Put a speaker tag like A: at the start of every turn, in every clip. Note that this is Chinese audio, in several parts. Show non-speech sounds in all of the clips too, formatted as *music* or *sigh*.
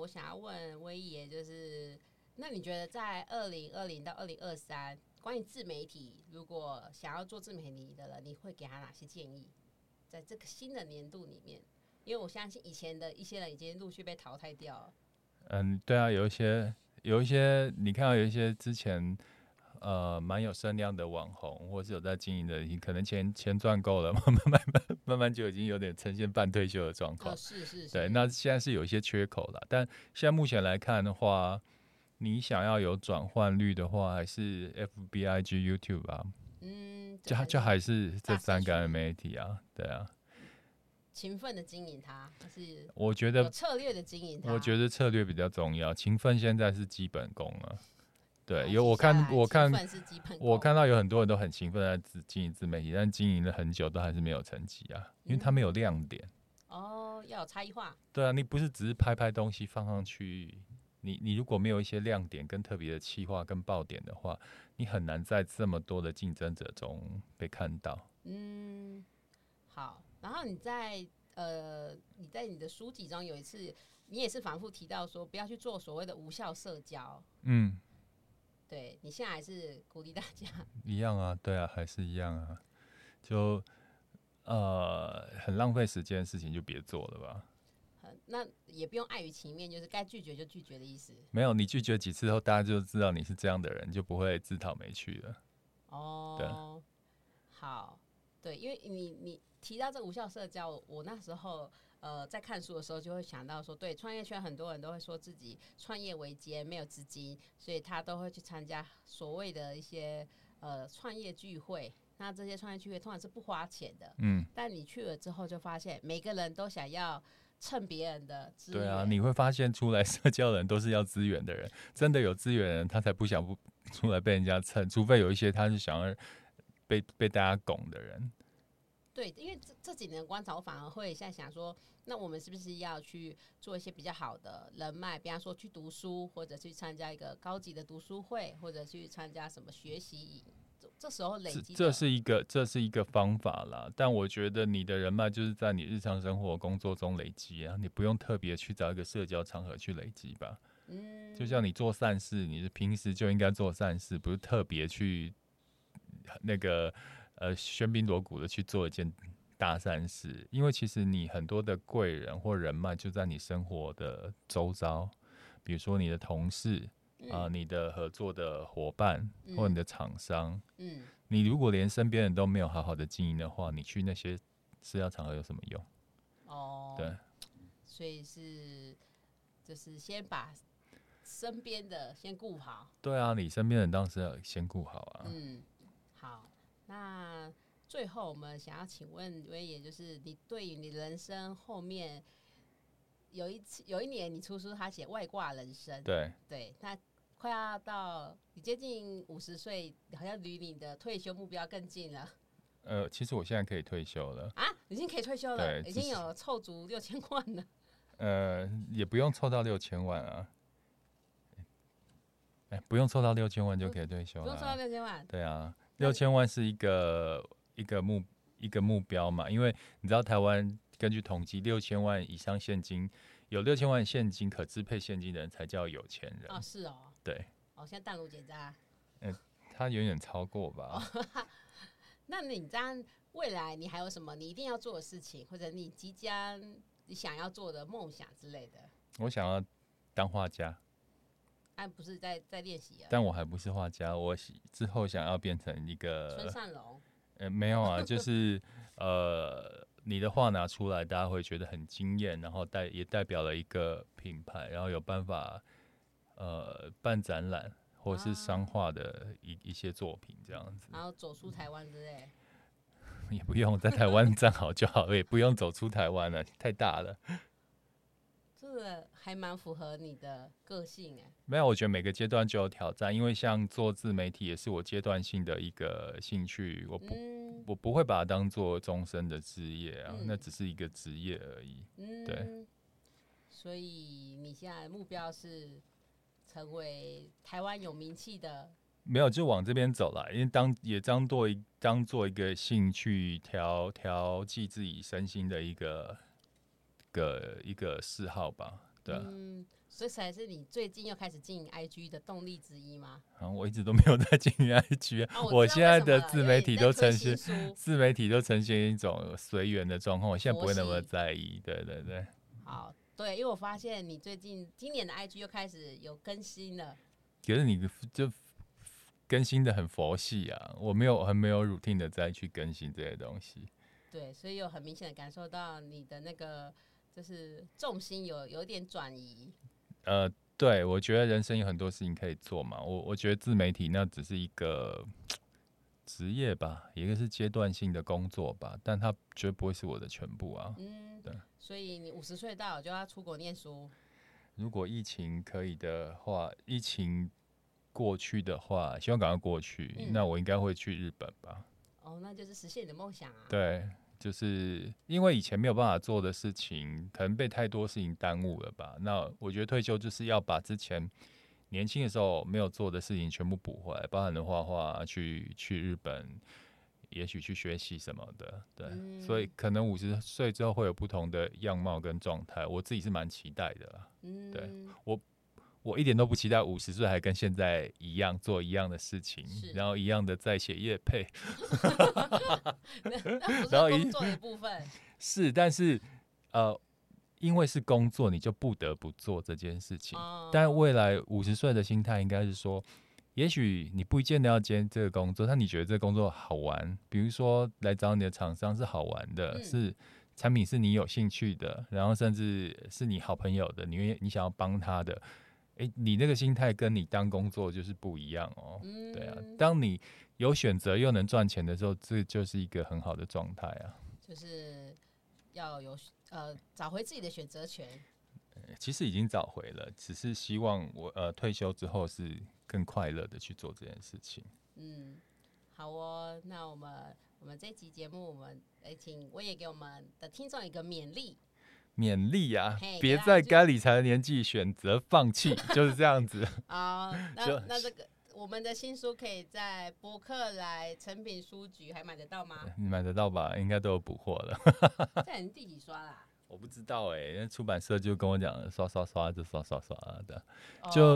A: 我想要问威爷，就是那你觉得在二零二零到二零二三，关于自媒体，如果想要做自媒体的人，你会给他哪些建议？在这个新的年度里面，因为我相信以前的一些人已经陆续被淘汰掉了。
B: 嗯，对啊，有一些有一些，你看到有一些之前呃蛮有声量的网红，或是有在经营的，已经可能钱钱赚够了，慢慢慢慢慢慢就已经有点呈现半退休的状况
A: 哦，。是是是，
B: 对，那现在是有一些缺口了，但现在目前来看的话，你想要有转换率的话，还是 FBIG YouTube 啊，
A: 嗯，
B: 就
A: 还
B: 还就是还是
A: 大
B: 这
A: 社
B: 三个
A: 群
B: 媒体啊，对啊，
A: 勤奋的经营它，还是
B: 我觉
A: 有
B: 得
A: 策略的经营它。
B: 我觉得策略比较重要，勤奋现在是基本功啊。
A: 好
B: 对，
A: 接
B: 有我
A: 下
B: 看
A: 来
B: 我
A: 哦啊勤
B: 看
A: 奋是基本
B: 我
A: 功
B: 看到有很多人都很勤奋在自经营自媒体，但经营了很久都还是没有成绩啊，因为他
A: 嗯
B: 没有亮点。
A: 哦，要有差异化，
B: 对啊，你不是只是拍拍东西放上去，你你如果没有一些亮点跟特别的企划跟爆点的话，你很难在这么多的竞争者中被看到。
A: 嗯，好。然后你在呃，你在你的书籍中有一次，你也是反复提到说，不要去做所谓的无效社交。
B: 嗯，
A: 对你现在还是鼓励大家， *laughs*
B: 一样啊，对啊，还是一样啊，就呃很浪费时间的事情就别做了吧。
A: 呃那也不用碍于情面，就是该拒绝就拒绝的意思。
B: 没有，你拒绝几次后，大家就知道你是这样的人，你就不会自讨没趣了。
A: 哦，好，对，因为你你提到这无效社交，我我那时候呃在看书的时候就会想到说，对，创业圈很多人都会说自己创业维艰，没有资金，所以他都会去参加所谓的一些呃创业聚会。那这些创业聚会通常是不花钱的，
B: 嗯，
A: 但你去了之后就发现，每个人都想要蹭别人的资源。
B: 对啊，你会发现出来社交的人都是要资源的人，真的有资源的人他才不想不 *laughs* 出来被人家蹭，除非有一些他是想要被被大家拱的人。
A: 对，因为这这几年的观察，我反而会现在想说，那我们是不是要去做一些比较好的人脉，比方说去读书，或者去参加一个高级的读书会，或者去参加什么学习营？这这时候累
B: 这
A: 积
B: 这
A: 的
B: 是一个这是一个方法啦，但我觉得你的人脉就是在你日常生活工作中累积啊，你不用特别去找一个社交场合去累积吧。
A: 嗯，
B: 就像你做善事，你是平时就应该做善事，不是特别去那个呃喧宾夺主的去做一件大善事，因为其实你很多的贵人或人脉就在你生活的周遭，比如说你的同事啊、
A: 嗯
B: 你的合作的伙伴或你的厂商，
A: 嗯，
B: 你如果连身边人都没有好好的经营的话，你去那些社交场合有什么用？
A: 哦，
B: 对，
A: 所以是就是先把身边的先顾好，
B: 对啊，你身边的人当时要先顾好啊。
A: 嗯，好，那最后我们想要请问威爷，就是你对于你人生后面有一次有一年你出书，他写外挂人生，
B: 对，
A: 对，那快要到你接近五十岁，好像离你的退休目标更近了
B: 呃，其实我现在可以退休了。
A: 啊，已经可以退休了，
B: 对
A: 已
B: 只
A: 经
B: 是
A: 有凑足六千万了，
B: 呃，也不用凑到六千万啊，哎、不用凑到六千万就可以退休
A: 不
B: 了
A: 用凑到
B: 啊、
A: 六千万，
B: 对啊，
A: 那
B: 六千万是一个一个目一个目标嘛，因为你知道台湾根据统计，六千万以上现金，有六千万现金可支配现金的人才叫有啊钱人，
A: 哦，是哦，
B: 对
A: 哦，像淡如姐这样。
B: 他远远超过吧。
A: 哦那你这样未来你还有什么你一定要做的事情，或者你即将你想要做的梦想之类的？
B: 我想要当画家，
A: 啊，不是在在练习啊，
B: 但我还不是画家，我喜之后想要变成一个
A: 村上龙
B: 呃，没
A: *laughs*
B: 有啊，就是呃，你的话拿出来，大家会觉得很惊艳，然后代也代表了一个品牌，然后有办法呃办展览或是商化的一一些作品这样子，
A: 然后走出台湾之类。
B: *laughs* 也不用在台湾站好就好了，也不用走出台湾了，太大了。
A: 这个还蛮符合你的个性哎、
B: 没有，我觉得每个阶段就有挑战，因为像做自媒体也是我阶段性的一个兴趣，我不、
A: 嗯
B: 我不会把它当做终身的职业啊，那
A: 嗯
B: 只是一个职业而已。
A: 嗯，
B: 对。
A: 所以你现在的目标是成为台湾有名气的，
B: 没有，就往这边走了，因为当也当做一当做一个兴趣调调剂自己身心的一个个一个嗜好吧，对啊、
A: 嗯，所以才是你最近又开始经营 IG 的动力之一吗？
B: 然后我一直都没有在经营 IG，、
A: 啊
B: 我现在的自媒体都呈现
A: 现，书
B: 自媒体都呈现一种随缘的状况，我现在不会那
A: 佛
B: 么
A: 系
B: 在意。对对对，
A: 好，对，因为我发现你最近今年的 IG 又开始有更新了，
B: 可是你就更新的很佛系啊，我没有很没有 routine 的再去更新这些东西。
A: 对，所以有很明显的感受到你的那个就是重心有有点转移，
B: 呃，对，我觉得人生有很多事情可以做嘛。我我觉得自媒体那只是一个职业吧，一个是阶段性的工作吧，但它绝不会是我的全部啊。
A: 嗯
B: 对，
A: 所以你五十岁到了就要出国念书，
B: 如果疫情可以的话，疫情过去的话，希望赶快过去，
A: 嗯
B: 那我应该会去日本吧？
A: 哦，那就是实现你的梦想啊，
B: 对。就是因为以前没有办法做的事情，可能被太多事情耽误了吧。那我觉得退休就是要把之前年轻的时候没有做的事情全部补回来，包含了画画、去去日本，也许去学习什么的。对，所以
A: 嗯
B: 可能五十岁之后会有不同的样貌跟状态，我自己是蛮期待的啦。
A: 嗯，
B: *laughs* 我一点都不期待五十岁还跟现在一样做一样的事情
A: 是，
B: 然后一样的在写业配。
A: 那不
B: 然后
A: 是
B: 一
A: 工作的一部
B: *laughs*
A: 分，
B: 是，但是呃，因为是工作，你就不得不做这件事情。
A: 哦，
B: 但未来五十岁的心态应该是说，也许你不见得要兼这个工作，但你觉得这个工作好玩，比如说来找你的厂商是好玩的，
A: 嗯
B: 是产品是你有兴趣的，然后甚至是你好朋友的，你愿意你想要帮他的，诶、你那个心态跟你当工作就是不一样哦。
A: 嗯，
B: 对啊，当你有选择又能赚钱的时候，这就是一个很好的状态啊。
A: 就是要有呃找回自己的选择权，
B: 其实已经找回了，只是希望我呃退休之后是更快乐的去做这件事情。
A: 嗯，好哦，那我们我们这期节目，我们来请我也给我们的听众一个勉
B: *laughs*
A: 励，
B: 勉励啊
A: 嘿，
B: 别
A: 对啊
B: 在
A: 就
B: 该理财的年纪选择放弃，就是这样子。 *laughs*
A: 啊、
B: 就
A: 那那这个我们的新书可以在博客来、成品书局还买得到
B: *laughs*
A: 吗？
B: 你买得到吧？应该都有补货了。 *laughs*
A: 在你第几刷啊啦？
B: 我不知道哎、那出版社就跟我讲了刷刷刷就刷刷刷的。
A: 哦
B: 就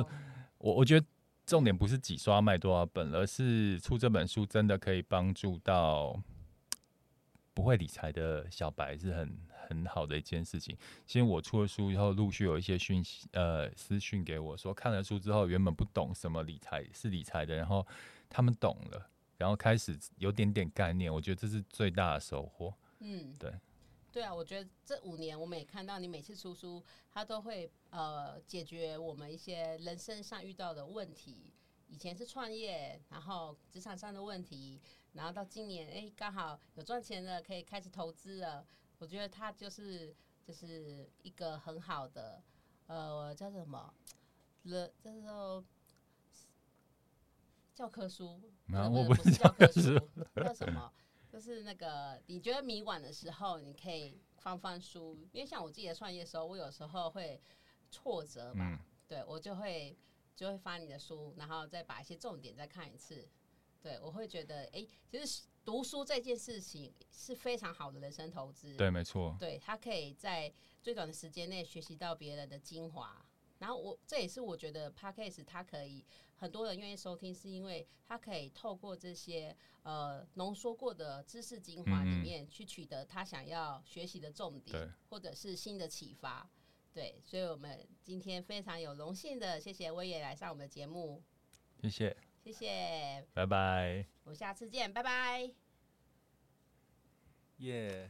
B: 我我觉得重点不是几刷卖多少本，而是出这本书真的可以帮助到不会理财的小白，是很很好的一件事情。其实我出了书以后，陆续有一些讯息呃私讯给我说，看了书之后，原本不懂什么理财是理财的，然后他们懂了，然后开始有点点概念，我觉得这是最大的收获。
A: 嗯，
B: 对。
A: 对啊，我觉得这五年我们也看到你每次出书，它都会呃解决我们一些人生上遇到的问题。以前是创业，然后职场上的问题，然后到今年哎刚好有赚钱了，可以开始投资了。我觉得它就是就是一个很好的呃叫什么了，叫做教科书。呃
B: 然后
A: 不
B: 啊我
A: 是
B: 不
A: 不是
B: 是
A: 教
B: 教科
A: 科
B: 书
A: 书，
B: *laughs*
A: 叫什么？就是那个你觉得迷惘的时候，你可以翻翻书，因为像我自己的创业的时候，我有时候会挫折嘛，
B: 嗯
A: 对我就会就会翻你的书，然后再把一些重点再看一次。对我会觉得，哎、其实读书这件事情是非常好的人生投资。
B: 对，没错，
A: 对他可以在最短的时间内学习到别人的精华。然后我这也是我觉得 podcast 它可以很多人愿意收听，是因为它可以透过这些呃浓缩过的知识精华里
B: 嗯嗯
A: 面去取得他想要学习的重
B: 对
A: 点，或者是新的启发。对，所以我们今天非常有荣幸的，谢谢威爷来上我们的节目，
B: 谢谢，
A: 谢谢，
B: 拜拜，
A: 我们下次见，拜拜。
B: 耶、